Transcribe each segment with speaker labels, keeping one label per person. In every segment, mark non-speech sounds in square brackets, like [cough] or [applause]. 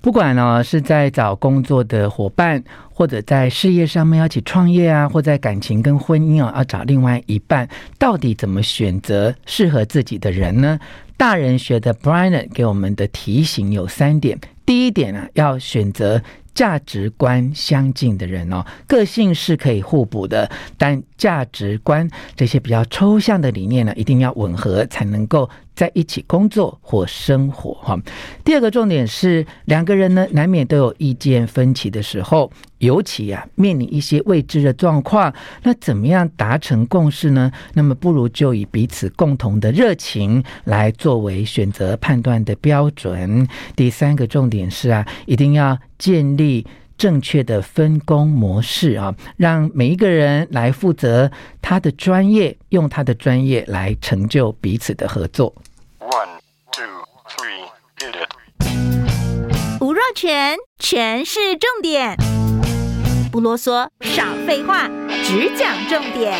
Speaker 1: 不管呢、是在找工作的伙伴，或者在事业上面要一起创业啊，或在感情跟婚姻啊要找另外一半，到底怎么选择适合自己的人呢？大人学的 Brian 给我们的提醒有三点。第一点呢、要选择价值观相近的人哦，个性是可以互补的，但价值观这些比较抽象的理念呢，一定要吻合，才能够在一起工作或生活哈、第二个重点是，两个人呢难免都有意见分歧的时候，尤其啊面临一些未知的状况，那怎么样达成共识呢？那么不如就以彼此共同的热情来作为选择判断的标准。第三个重点是啊，一定要建立。正确的分工模式啊，让每一个人来负责他的专业，用他的专业来成就彼此的合作。
Speaker 2: One, two, three, hit it.
Speaker 3: 吴若全，全是重点，不啰嗦，少废话，只讲重点。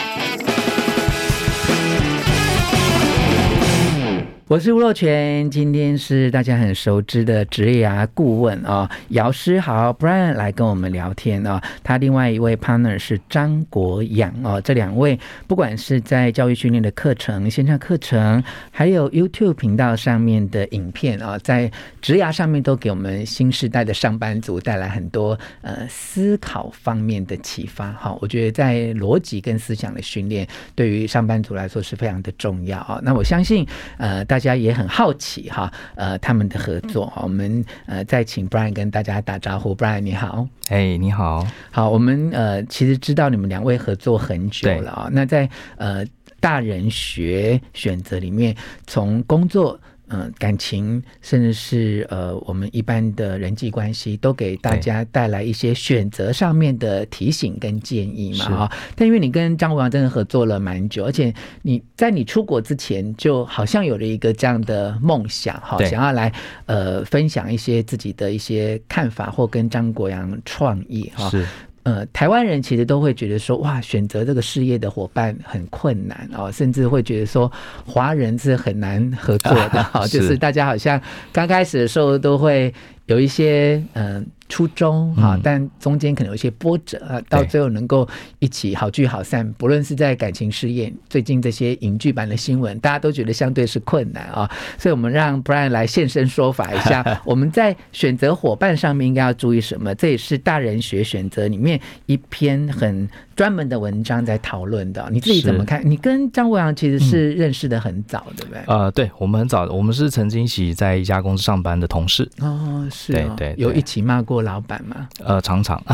Speaker 1: 我是吴若全，今天是大家很熟知的职业啊顾问啊、姚诗豪 Brian 来跟我们聊天啊、他另外一位 partner 是张国阳哦，这两位不管是在教育训练的课程、线上课程，还有 YouTube 频道上面的影片啊、在职涯上面都给我们新时代的上班族带来很多呃思考方面的启发哈、我觉得在逻辑跟思想的训练，对于上班族来说是非常的重要啊、那我相信呃大家也很好奇哈、呃他们的合作哈、我们呃再请 Brian 跟大家打招呼，Brian 你好。
Speaker 4: 哎，你好，
Speaker 1: 好，我们呃其实知道你们两位合作很久了啊、那在呃大人学选择里面，从工作。嗯，感情甚至是呃，我们一般的人际关系，都给大
Speaker 4: 对
Speaker 1: 家带来一些选择上面的提醒跟建议嘛
Speaker 4: 是
Speaker 1: 啊、但因为你跟张国阳真的合作了蛮久，而且你在你出国之前，就好像有了一个这样的梦想哈、
Speaker 4: 对
Speaker 1: 想要来呃分享一些自己的一些看法，或跟张国阳创业哈、
Speaker 4: 是
Speaker 1: 呃，台湾人其实都会觉得说，哇，选择这个事业的伙伴很困难哦，甚至会觉得说，华人是很难合作的、
Speaker 4: [laughs]
Speaker 1: 哦，
Speaker 4: 是
Speaker 1: 就是大家好像刚开始的时候都会有一些嗯、呃初衷哈、
Speaker 4: 嗯
Speaker 1: 但中间可能有一些波折啊，到
Speaker 4: 对
Speaker 1: 最后能够一起好聚好散。不论是在感情事业，最近这些影剧版的新闻，大家都觉得相对是困难啊、所以我们让 Brian 来现身说法一 [laughs] 下，我们在选择伙伴上面应该要注意什么？这也是大人学选择里面一篇很专门的文章在讨论的哦。你自己怎么
Speaker 4: 是
Speaker 1: 看？你跟张国阳其实是认识的很早，对不对？
Speaker 4: 呃，对我们很早，我们是曾经一起在一家公司上班的同事，
Speaker 1: 哦，是哦，
Speaker 4: 对对对
Speaker 1: 有一起骂过老板吗？
Speaker 4: 呃，常常 [laughs]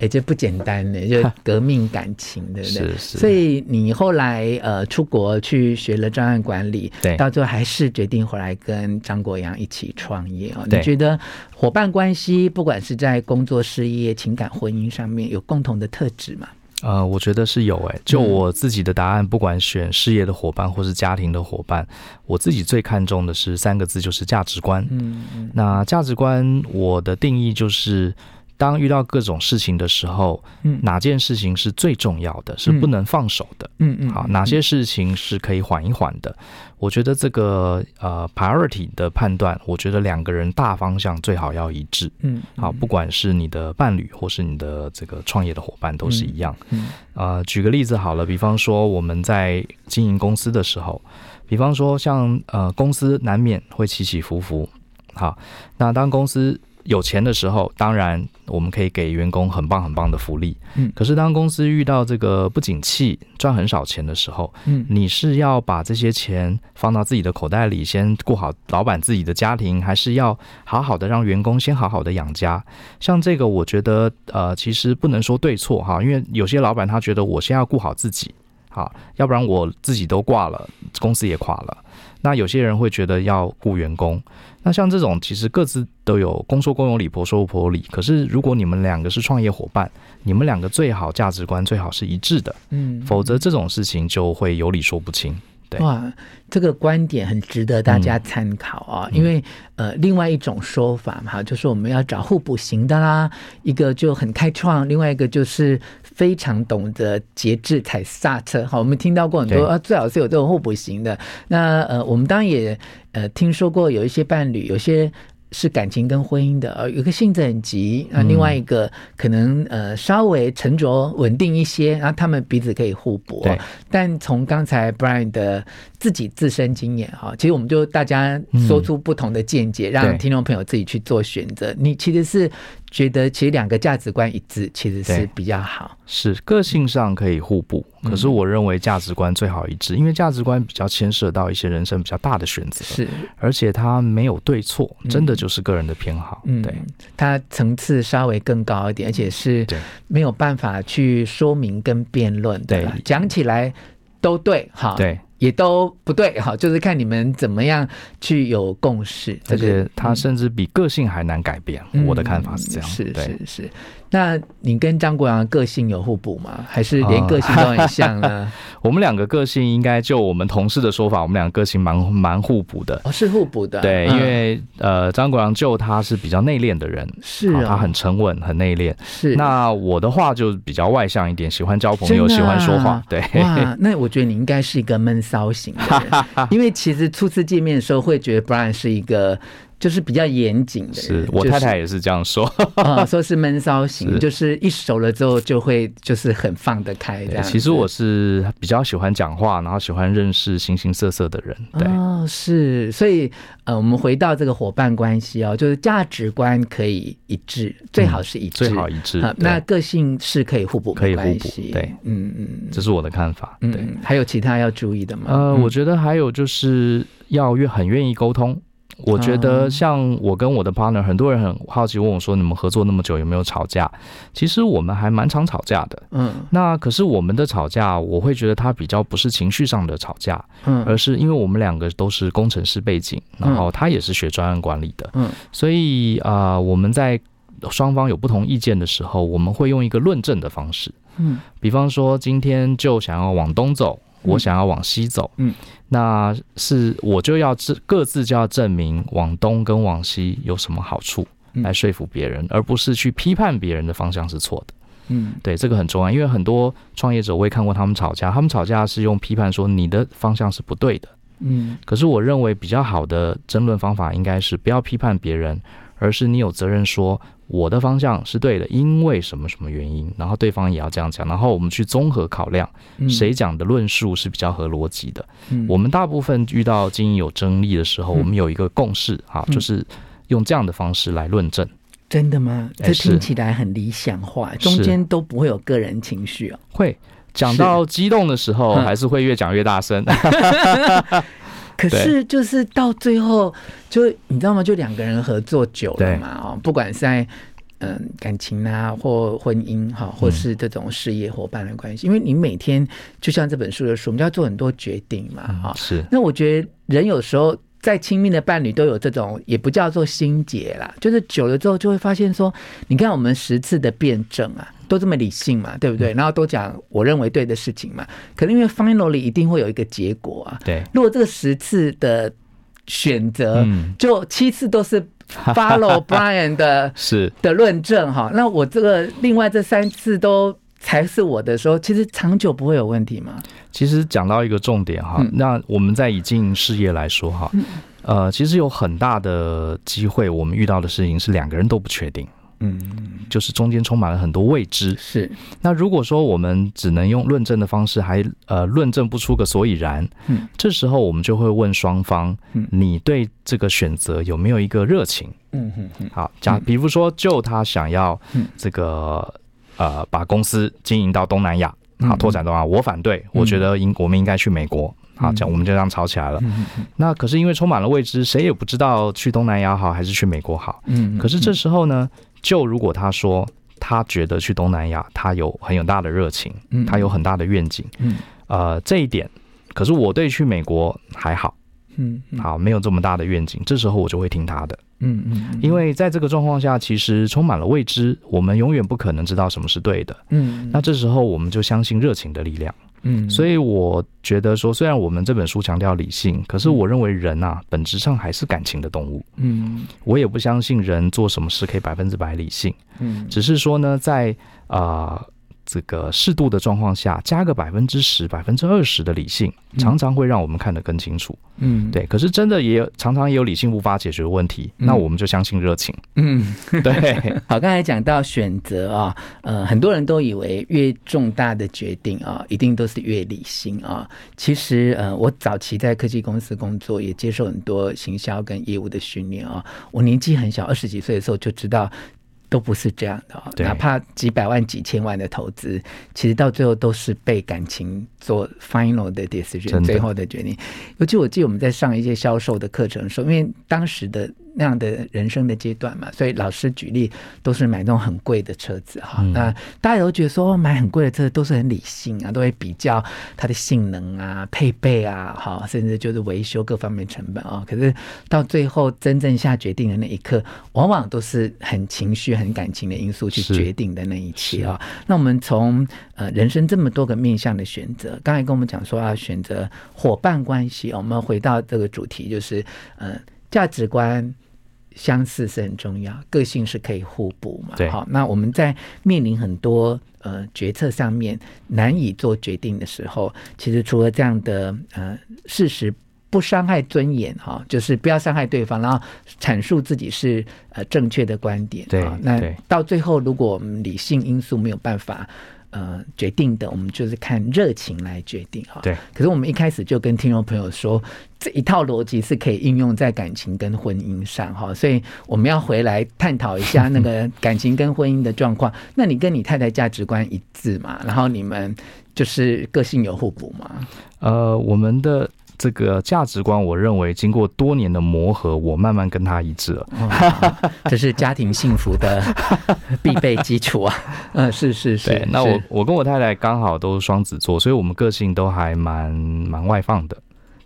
Speaker 1: 哎，这不简单 [laughs] 呢，就革命感情，对不对？
Speaker 4: 是是
Speaker 1: 所以你后来呃出国去学了专案管理，
Speaker 4: 对
Speaker 1: 到最后还是决定回来跟张国阳一起创业哦。你
Speaker 4: 对
Speaker 1: 觉得伙伴关系，不管是在工作、事业、情感、婚姻上面，有共同的特质吗？
Speaker 4: 呃，我觉得是有诶、就
Speaker 1: 嗯
Speaker 4: 我自己的答案，不管选事业的伙伴或是家庭的伙伴，我自己最看重的是三个字，就是价值观。
Speaker 1: 嗯嗯
Speaker 4: 那价值观，我的定义就是。当遇到各种事情的时候，
Speaker 1: 嗯
Speaker 4: 哪件事情是最重要的，是不
Speaker 1: 嗯
Speaker 4: 能放手的？
Speaker 1: 嗯嗯，
Speaker 4: 好，哪些事情是可以缓一缓的？我觉得这个呃 priority 的判断，我觉得两个人大方向最好要一致。
Speaker 1: 嗯
Speaker 4: 好，不管是你的伴侣或是你的这个创业的伙伴，都是一样。
Speaker 1: 嗯
Speaker 4: 呃，举个例子好了，比方说我们在经营公司的时候，比方说像呃公司难免会起起伏伏。好，那当公司有钱的时候，当然我们可以给员工很棒很棒的福利。
Speaker 1: 嗯
Speaker 4: 可是当公司遇到这个不景气，赚很少钱的时候，
Speaker 1: 嗯
Speaker 4: 你是要把这些钱放到自己的口袋里，先顾好老板自己的家庭，还是要好好的让员工先好好的养家？像这个，我觉得呃，其实不能说对错哈，因为有些老板他觉得我先要顾好自己，好，要不然我自己都挂了，公司也垮了。那有些人会觉得要雇员工，那像这种其实各自都有公说公有理，婆说婆有理。可是如果你们两个是创业伙伴，你们两个最好价值观最好是一致的。
Speaker 1: 嗯
Speaker 4: 否则这种事情就会有理说不清。对
Speaker 1: 哇，这个观点很值得大家参考啊、
Speaker 4: 嗯
Speaker 1: 因为呃，另外一种说法嘛，就是我们要找互补型的啦，一个就很开创，另外一个就是非常懂得节制踩刹车。好，我们听到过很多
Speaker 4: 对
Speaker 1: 啊，最好是有这种互补型的。那呃，我们当然也呃听说过有一些伴侣，有些。是感情跟婚姻的，呃，有一个性子很急，
Speaker 4: 嗯
Speaker 1: 那另外一个可能呃稍微沉着稳定一些，然后他们彼此可以互补啊
Speaker 4: 对。
Speaker 1: 但从刚才 Brian 的自己自身经验哈，其实我们就大家说出不同的见解，
Speaker 4: 嗯
Speaker 1: 让听众朋友自己去做选择。你其实是觉得其实两个价值观一致，其实是
Speaker 4: 对
Speaker 1: 比较好。
Speaker 4: 是个性上可以互补，可
Speaker 1: 嗯
Speaker 4: 是我认为价值观最好一致，因为价值观比较牵涉到一些人生比较大的选择，
Speaker 1: 是，
Speaker 4: 而且它没有对错，真的就是个人的偏好。
Speaker 1: 嗯，
Speaker 4: 对，，
Speaker 1: 它层次稍微更高一点，而且是
Speaker 4: 嗯对
Speaker 1: 没有办法去说明跟辩论的啦
Speaker 4: 对
Speaker 1: 讲起来都对哈，，
Speaker 4: 对，
Speaker 1: 也都不对哈，就是看你们怎么样去有共识。这
Speaker 4: 而
Speaker 1: 个
Speaker 4: 且它甚至比个性还难改变。
Speaker 1: 嗯
Speaker 4: 我的看法是这样，
Speaker 1: 是
Speaker 4: 对
Speaker 1: 是是。那你跟张国阳的个性有互补吗？还是
Speaker 4: 啊
Speaker 1: 连个性都很像
Speaker 4: [laughs]
Speaker 1: 呢？
Speaker 4: 我们两个个性应该就我们同事的说法，我们两个个性蛮蛮互补的。
Speaker 1: 哦，是互补的，
Speaker 4: 对，
Speaker 1: 嗯
Speaker 4: 因为呃，张国良就他是比较内敛的人，
Speaker 1: 是
Speaker 4: 好
Speaker 1: 啊，
Speaker 4: 他很沉稳，很内敛。
Speaker 1: 是哦
Speaker 4: 那我的话就比较外向一点，喜欢交朋友，
Speaker 1: 真
Speaker 4: 喜
Speaker 1: 的啊
Speaker 4: 欢说话。对，
Speaker 1: 哇，那我觉得你应该是一个闷骚型的
Speaker 4: [laughs]
Speaker 1: 人，因为其实初次见面的时候会觉得 Brian 是一个就是比较严谨的人，
Speaker 4: 是我
Speaker 1: 就是
Speaker 4: 太太也是这样说。
Speaker 1: 啊，说是闷骚型，
Speaker 4: 是
Speaker 1: 就是一熟了之后就会就是很放得
Speaker 4: [laughs]
Speaker 1: 开这样子。
Speaker 4: 其实我是比较喜欢讲话，然后喜欢认识形形色色的人。对，
Speaker 1: 哦，是，所以呃，我们回到这个伙伴关系哦，就是价值观可以一致，最好是一致，
Speaker 4: 嗯最好一致
Speaker 1: 啊。
Speaker 4: 对
Speaker 1: 那个性是可以互补，
Speaker 4: 可以
Speaker 1: 没关
Speaker 4: 互补
Speaker 1: 系
Speaker 4: 对，
Speaker 1: 嗯嗯
Speaker 4: 这是我的看法。
Speaker 1: 嗯，
Speaker 4: 对，
Speaker 1: 嗯，还有其他要注意的吗？
Speaker 4: 呃，
Speaker 1: 嗯
Speaker 4: 我觉得还有就是要越很愿意沟通。我觉
Speaker 1: 哦
Speaker 4: 得像我跟我的 partner，很多人很好奇问我说：“你们合作那么久，有没有吵架？”其实我们还蛮常吵架的。
Speaker 1: 嗯
Speaker 4: 那可是我们的吵架，我会觉得它比较不是情绪上的吵架，
Speaker 1: 嗯
Speaker 4: 而是因为我们两个都是工程师背景，
Speaker 1: 嗯
Speaker 4: 然后他也是学专案管理的，
Speaker 1: 嗯，
Speaker 4: 所以啊、呃我们在双方有不同意见的时候，我们会用一个论证的方式，
Speaker 1: 嗯
Speaker 4: 比方说今天就想要往东走，
Speaker 1: 嗯
Speaker 4: 我想要往西走，
Speaker 1: 嗯，
Speaker 4: 那是我就要自各自就要证明往东跟往西有什么好处。
Speaker 1: 嗯
Speaker 4: 来说服别人，而不是去批判别人的方向是错的。
Speaker 1: 嗯
Speaker 4: 对，这个很重要，因为很多创业者我也看过他们吵架，他们吵架是用批判说你的方向是不对的。
Speaker 1: 嗯
Speaker 4: 可是我认为比较好的争论方法应该是不要批判别人，而是你有责任说我的方向是对的，因为什么什么原因，然后对方也要这样讲，然后我们去综合考量
Speaker 1: 嗯，
Speaker 4: 谁讲的论述是比较合逻辑的。
Speaker 1: 嗯
Speaker 4: 我们大部分遇到经营有争议的时候，
Speaker 1: 嗯
Speaker 4: 我们有一个共识啊，
Speaker 1: 嗯
Speaker 4: 就是用这样的方式来论证。
Speaker 1: 真的吗？
Speaker 4: 哎
Speaker 1: 这听
Speaker 4: 是
Speaker 1: 起来很理想化，中
Speaker 4: 是
Speaker 1: 间都不会有个人情绪哦。
Speaker 4: 会讲
Speaker 1: 是
Speaker 4: 到激动的时候，
Speaker 1: 嗯
Speaker 4: 还是会越讲越大声。
Speaker 1: [laughs] 可是就是到最后，就你知道吗？就两个人合作久了嘛，哦，不管是在嗯、感情啊，或婚姻哈、
Speaker 4: 嗯
Speaker 1: 或是这种事业伙伴的关系，因为你每天就像这本书的书，我们就要做很多决定嘛，
Speaker 4: 嗯
Speaker 1: 哈、
Speaker 4: 是
Speaker 1: 那我觉得人有时候再亲密的伴侣都有这种，也不叫做心结啦，就是久了之后就会发现说，你看我们十次的辩证啊，都这么理性嘛，对不
Speaker 4: 嗯
Speaker 1: 对？然后都讲我认为对的事情嘛，可能因为 finally 一定会有一个结果啊。
Speaker 4: [laughs] 对，
Speaker 1: 如果这个十次的选择，
Speaker 4: 嗯，
Speaker 1: 就七次都是
Speaker 4: [laughs]
Speaker 1: follow Brian 的
Speaker 4: 是
Speaker 1: 的论证哈，那我这个另外这三次都才是我的时候，其实长久不会有问题吗？
Speaker 4: 其实讲到一个重点哈，
Speaker 1: 嗯
Speaker 4: 那我们在以经营事业来说哈，呃，其实有很大的机会，我们遇到的事情是两个人都不确定，
Speaker 1: 嗯，
Speaker 4: 就是中间充满了很多未知。
Speaker 1: 是，
Speaker 4: 那如果说我们只能用论证的方式，还呃论证不出个所以然，
Speaker 1: 嗯
Speaker 4: 这时候我们就会问双方，
Speaker 1: 嗯
Speaker 4: 你对这个选择有没有一个热情？
Speaker 1: 嗯嗯嗯，
Speaker 4: 好，假比如说，就他想要
Speaker 1: 嗯
Speaker 4: 这个呃，把公司经营到东南亚，好
Speaker 1: 嗯
Speaker 4: 拓展东南亚，我反对，我觉得应我们应该去美国。好，
Speaker 1: 嗯
Speaker 4: 这样我们就这样吵起来了。那可是因为充满了未知，谁也不知道去东南亚好还是去美国好。
Speaker 1: 嗯，
Speaker 4: 可是这时候呢，就如果他说他觉得去东南亚，他有很有大的热情，
Speaker 1: 嗯
Speaker 4: 他有很大的愿景，
Speaker 1: 嗯
Speaker 4: 呃，这一点，可是我对去美国还好，
Speaker 1: 嗯嗯
Speaker 4: 好没有这么大的愿景，这时候我就会听他的。
Speaker 1: 嗯嗯
Speaker 4: 因为在这个状况下，其实充满了未知，我们永远不可能知道什么是对的。
Speaker 1: 嗯，
Speaker 4: 那这时候，我们就相信热情的力量。
Speaker 1: 嗯，
Speaker 4: 所
Speaker 1: 以
Speaker 4: 以，我觉得说，虽然我们这本书强调理性，可是我认为人啊，本质上还是感情的动物。
Speaker 1: 嗯
Speaker 4: 我也不相信人做什么事可以百分之百理性，
Speaker 1: 嗯
Speaker 4: 只是说呢，在啊、呃这个适度的状况下，加个百分之十、百分之二十的理性，常常会让我们看得更清楚。
Speaker 1: 嗯，
Speaker 4: 对，可是真的也有常常也有理性无法解决的问题，
Speaker 1: 嗯
Speaker 4: 那我们就相信
Speaker 1: [laughs]
Speaker 4: 热情。
Speaker 1: 嗯，
Speaker 4: 对，
Speaker 1: [laughs] 好，刚才讲到选择啊、呃，很多人都以为越重大的决定啊、一定都是越理性啊、其实，呃，我早期在科技公司工作，也接受很多行销跟业务的训练啊、我年纪很小，二十几岁的时候就知道。都不是这样的、哦，
Speaker 4: 对
Speaker 1: 哪怕几百万、几千万的投资，其实到最后都是被感情做 final 的
Speaker 4: 真
Speaker 1: decision，
Speaker 4: 的
Speaker 1: 最后的决定。尤其我记得我们在上一些销售的课程的时候，因为当时的那样的人生的阶段嘛，所以老师举例都是买那种很贵的车子哈。
Speaker 4: 嗯
Speaker 1: 那大家都觉得说、哦买很贵的车子都是很理性啊，都会比较它的性能啊、配备啊，哈，甚至就是维修各方面成本啊。可是到最后真正下决定的那一刻，往往都是很情绪、很感情的因素去
Speaker 4: 是
Speaker 1: 决定的那一切啊。那我们从呃人生这么多个面向的选择，刚才跟我们讲说要选择伙伴关系，哦我们回到这个主题，就是呃价值观。相似是很重要，个性是可以互补嘛？
Speaker 4: 对
Speaker 1: 好，那我们在面临很多呃决策上面难以做决定的时候，其实除了这样的呃事实不伤害尊严哈、就是不要伤害对方，然后阐述自己是呃正确的观点。
Speaker 4: 对
Speaker 1: 啊那
Speaker 4: 对
Speaker 1: 到最后，如果我们理性因素没有办法呃决定的，我们就是看热情来决定哈、 [laughs]
Speaker 4: 对。
Speaker 1: 可是我们一开始就跟听众朋友说，这一套逻辑是可以应用在感情跟婚姻上哈、所以我们要回来探讨一下那个感情跟婚姻的状况。那你跟你太太价值观一致嘛？ [laughs] 然后你们就是个性有互补嘛？
Speaker 4: 呃，我们的这个价值观，我认为经过多年的磨合，我慢慢跟他一致了。
Speaker 1: 哇 [laughs] 这是家庭幸福的必备基础啊！ [laughs] 嗯，是是是
Speaker 4: 对，。那我
Speaker 1: 是
Speaker 4: 我跟我太太刚好都是双子座，所以我们个性都还蛮蛮外放的。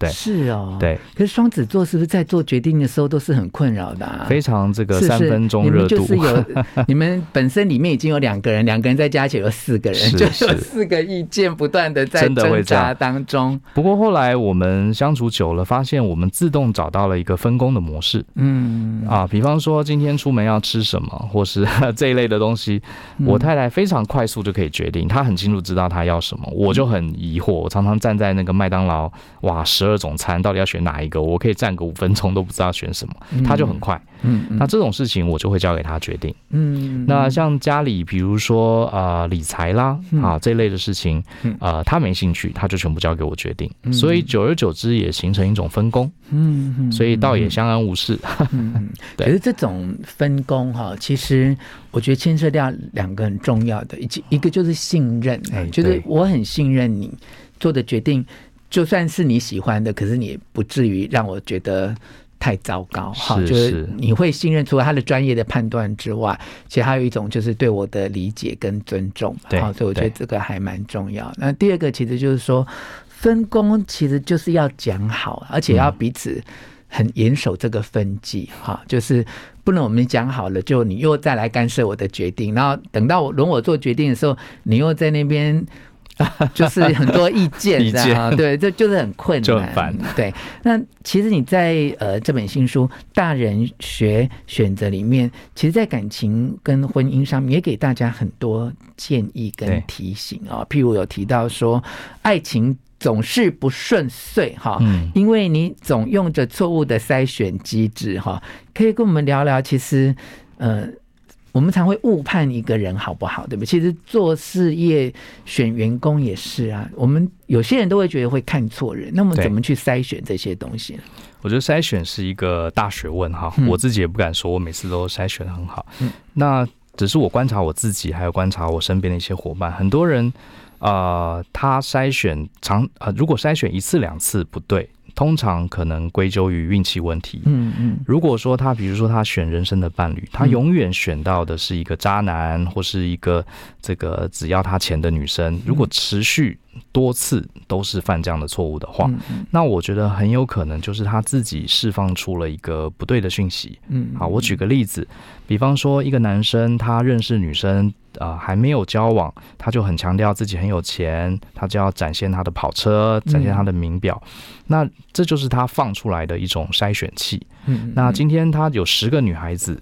Speaker 4: 对
Speaker 1: 是哦，。
Speaker 4: 对，
Speaker 1: 可是双子座是不是在做决定的时候都是很困扰的、啊？
Speaker 4: 非常这个
Speaker 1: 是是
Speaker 4: 三分钟热度，
Speaker 1: 你们就是有你们本身里面已经有两个人，两个人再加起来有四个人，
Speaker 4: 是
Speaker 1: 就有
Speaker 4: 是
Speaker 1: 四个意见不断的在
Speaker 4: 真的
Speaker 1: 挣
Speaker 4: 会这样
Speaker 1: 扎当中。
Speaker 4: [laughs] 不过后来我们相处久了，发现我们自动找到了一个分工的模式
Speaker 1: 嗯，
Speaker 4: 啊，比方说今天出门要吃什么，或是 [laughs] 这一类的东西，
Speaker 1: 嗯
Speaker 4: 我太太非常快速就可以决定，她很清楚知道她要什么，我就很疑
Speaker 1: 嗯
Speaker 4: 惑，我常常站在那个麦当劳，哇，十二种餐到底要选哪一个？我可以站个五分钟都不知道选什么，她就很快。
Speaker 1: 嗯嗯
Speaker 4: 那这种事情我就会交给她决定。
Speaker 1: 嗯，
Speaker 4: 那像家里，比如说呃理财啦
Speaker 1: 嗯
Speaker 4: 啊这类的事情
Speaker 1: 嗯，
Speaker 4: 呃他没兴趣，他就全部交给我决定，
Speaker 1: 嗯
Speaker 4: 所以久而久之也形成一种分工，
Speaker 1: 嗯嗯
Speaker 4: 所以倒也相安无事。
Speaker 1: 嗯嗯，可
Speaker 4: 对
Speaker 1: 是这种分工哈，其实我觉得牵涉到两个很重要的，一一个就是信任，
Speaker 4: 哎
Speaker 1: 就是
Speaker 4: 对
Speaker 1: 我很信任你做的决定，就算是你喜欢的，可是你也不至于让我觉得。太糟糕哈，
Speaker 4: 是
Speaker 1: 就是
Speaker 4: 是
Speaker 1: 你会信任，除了他的专业的判断之外，其实还有一种就是对我的理解跟尊重嘛。
Speaker 4: 对
Speaker 1: 好，所以我觉得
Speaker 4: 对
Speaker 1: 这个还蛮重要。那第二个其实就是说，分工其实就是要讲好，而且要彼此很严守这个分际哈、就是不能我们讲好了，就你又再来干涉我的决定，然后等到我轮我做决定的时候，你又在那边。就是很多意见，
Speaker 4: [laughs] 意见
Speaker 1: 这样啊对，这就是很困难，
Speaker 4: 就很烦
Speaker 1: 对，那其实你在呃这本新书《大人学选择》里面，其实，在感情跟婚姻上面也给大家很多建议跟
Speaker 4: 对
Speaker 1: 提醒啊、譬如有提到说，爱情总是不顺遂哈、
Speaker 4: 嗯
Speaker 1: 因为你总用着错误的筛选机制哈、可以跟我们聊聊，其实呃。我们常会误判一个人好不好，对不对？其实做事业、选员工也是啊。我们有些人都会觉得会看错人，那么
Speaker 4: 对
Speaker 1: 怎么去筛选这些东西呢？
Speaker 4: 我觉得筛选是一个大学问哈，
Speaker 1: 嗯
Speaker 4: 我自己也不敢说我每次都筛选的很好
Speaker 1: 嗯，
Speaker 4: 那只是我观察我自己，还有观察我身边的一些伙伴，很多人呃他筛选常呃如果筛选一次两次不对，通常可能归咎于运气问题，
Speaker 1: 嗯嗯
Speaker 4: 如果说他，比如说他选人生的伴侣，他
Speaker 1: 嗯
Speaker 4: 永远选到的是一个渣男或是一个这个只要他钱的女
Speaker 1: 嗯
Speaker 4: 生，如果持续多次都是犯这样的错误的话，
Speaker 1: 嗯嗯
Speaker 4: 那我觉得很有可能就是他自己释放出了一个不对的讯息。
Speaker 1: 嗯，
Speaker 4: 好，我举个例子，比方说一个男生他认识女生，呃，还没有交往，他就很强调自己很有钱，他就要展现他的跑车，展现他
Speaker 1: 嗯
Speaker 4: 的名表，那这就是他放出来的一种筛选器。
Speaker 1: 嗯，嗯
Speaker 4: 那今天他有十个女孩子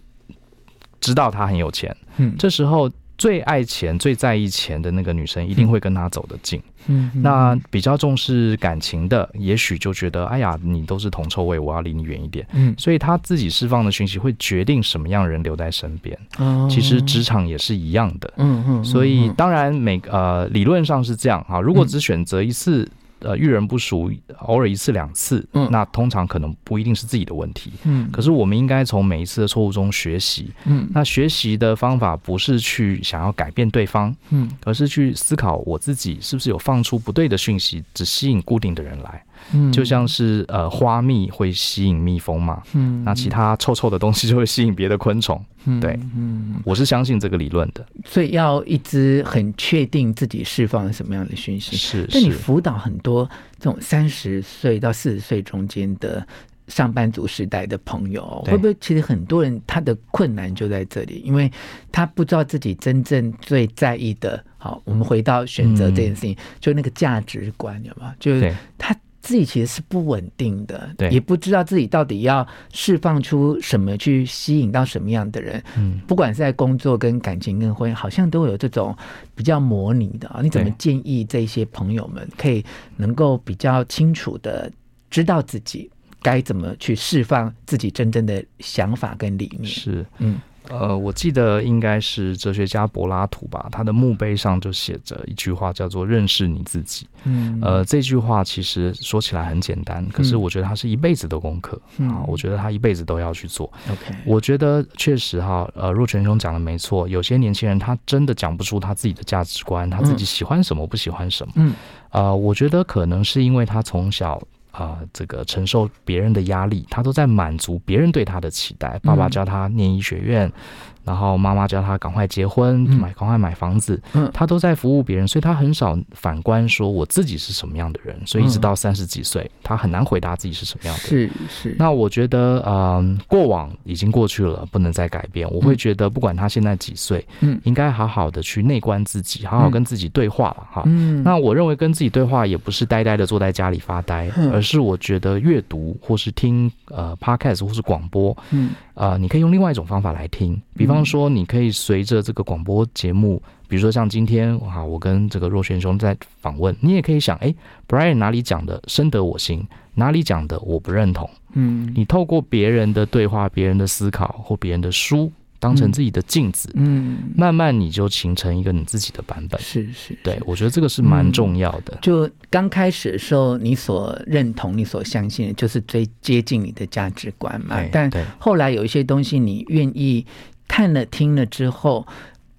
Speaker 4: 知道他很有钱，
Speaker 1: 嗯
Speaker 4: 这时候最爱钱、最在意钱的那个女生，一定会跟他走得近。
Speaker 1: 嗯哼
Speaker 4: 那比较重视感情的，也许就觉得，哎呀，你都是铜臭味，我要离你远一点。
Speaker 1: 嗯，
Speaker 4: 所以他自己释放的讯息会决定什么样的人留在身边。
Speaker 1: 哦
Speaker 4: 其实职场也是一样的。
Speaker 1: 嗯嗯，
Speaker 4: 所以
Speaker 1: 嗯
Speaker 4: 当然每呃理论上是这样哈，如果只选择一次。呃，遇人不淑，偶尔一次两次，
Speaker 1: 嗯
Speaker 4: 那通常可能不一定是自己的问题。
Speaker 1: 嗯，
Speaker 4: 可是我们应该从每一次的错误中学习。
Speaker 1: 嗯
Speaker 4: 那学习的方法不是去想要改变对方，
Speaker 1: 嗯
Speaker 4: 而是去思考我自己是不是有放出不对的讯息，只吸引固定的人来。
Speaker 1: 嗯，
Speaker 4: 就像是呃花蜜会吸引蜜蜂嘛，
Speaker 1: 嗯，
Speaker 4: 那其他臭臭的东西就会吸引别的昆虫。
Speaker 1: 嗯
Speaker 4: 对
Speaker 1: 嗯，
Speaker 4: 我是相信这个理论的，
Speaker 1: 所以要一直很确定自己释放了什么样的讯息。
Speaker 4: 是
Speaker 1: 但你
Speaker 4: 是。
Speaker 1: 辅导很多这种三十岁到四十岁中间的上班族时代的朋友哦，
Speaker 4: 对
Speaker 1: 会不会其实很多人他的困难就在这里，因为他不知道自己真正最在意的。好，我们回到选择这件事情，就那个价值观有没有？就是
Speaker 4: 嗯对
Speaker 1: 他自己其实是不稳定的，
Speaker 4: 对
Speaker 1: 也不知道自己到底要释放出什么去吸引到什么样的人。
Speaker 4: 嗯，
Speaker 1: 不管是在工作、跟感情、跟婚姻，好像都有这种比较模拟的啊。你怎么
Speaker 4: 对
Speaker 1: 建议这些朋友们可以能够比较清楚的知道自己该怎么去释放自己真正的想法跟理念？
Speaker 4: 是，
Speaker 1: 嗯，
Speaker 4: 呃，我记得应该是哲学家柏拉图吧，他的墓碑上就写着一句话，叫做“认识你自己”。
Speaker 1: 嗯
Speaker 4: 呃，这句话其实说起来很简单，可是
Speaker 1: 嗯
Speaker 4: 我觉得它是一辈子的功课、
Speaker 1: 嗯
Speaker 4: 啊，我觉得他一辈子都要去做。
Speaker 1: ，OK，
Speaker 4: 我觉得确实哈，呃，若泉兄讲的没错，有些年轻人他真的讲不出他自己的价值观，他自己喜欢什么，不喜欢什么。
Speaker 1: 嗯
Speaker 4: 呃，我觉得可能是因为他从小。啊、这个承受别人的压力，他都在满足别人对他的期待。爸爸
Speaker 1: 嗯
Speaker 4: 教他念医学院，然后妈妈教他赶快结婚，
Speaker 1: 嗯
Speaker 4: 买赶快买房子，
Speaker 1: 嗯
Speaker 4: 他都在服务别人，所以他很少反观说我自己是什么样的人。所以一直
Speaker 1: 嗯
Speaker 4: 到三十几岁，他很难回答自己是什么样的人。
Speaker 1: 是是，
Speaker 4: 那我觉得，嗯、过往已经过去了，不能再改变。我会觉得，不管他现在几岁，
Speaker 1: 嗯
Speaker 4: 应该好好的去内观自己，好好跟自己对话了哈。
Speaker 1: 嗯
Speaker 4: 那我认为跟自己对话也不是呆呆的坐在家里发呆，
Speaker 1: 嗯
Speaker 4: 而是我觉得阅读或是听呃 podcast 或是广播，
Speaker 1: 嗯
Speaker 4: 呃，你可以用另外一种方法来听，比方说，你可以随着这个广播节目，比如说像今天啊，我跟这个若轩兄在访问，你也可以想，哎，Brian 哪里讲的深得我心，哪里讲的我不认同。
Speaker 1: 嗯
Speaker 4: 你透过别人的对话、别人的思考或别人的书，当成
Speaker 1: 嗯
Speaker 4: 自己的镜子，
Speaker 1: 嗯，
Speaker 4: 慢慢你就形成一个你自己的版本。
Speaker 1: 是是，
Speaker 4: 对，我觉得这个是蛮
Speaker 1: 嗯
Speaker 4: 重要的。
Speaker 1: 就刚开始的时候，你所认同、你所相信的，就是最接近你的价值观嘛
Speaker 4: 对。
Speaker 1: 但
Speaker 4: 对
Speaker 1: 后来有一些东西，你愿意看了、听了之后，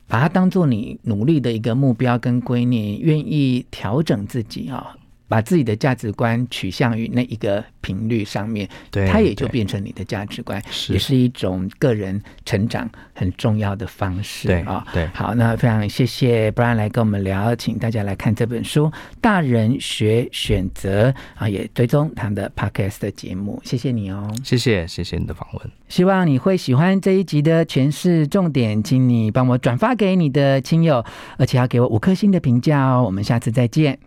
Speaker 1: 把它当做你努力的一个目标跟观念，愿意调整自己啊、把自己的价值观取向于那一个频率上面，
Speaker 4: 对
Speaker 1: 它也就
Speaker 4: 对
Speaker 1: 变成你的价值观，
Speaker 4: 是
Speaker 1: 也是一种个人成长很重要的方式
Speaker 4: 对
Speaker 1: 啊、
Speaker 4: 对
Speaker 1: 好，那非常谢谢 Brian 来跟我们聊，请大家来看这本书《大人学选择》啊，也追踪他们的 Podcast 的节目，谢谢你哦。
Speaker 4: 谢谢，谢谢你的访问。
Speaker 1: 希望你会喜欢这一集的诠释重点，请你帮我转发给你的亲友，而且要给我五颗星的评价哦。我们下次再见。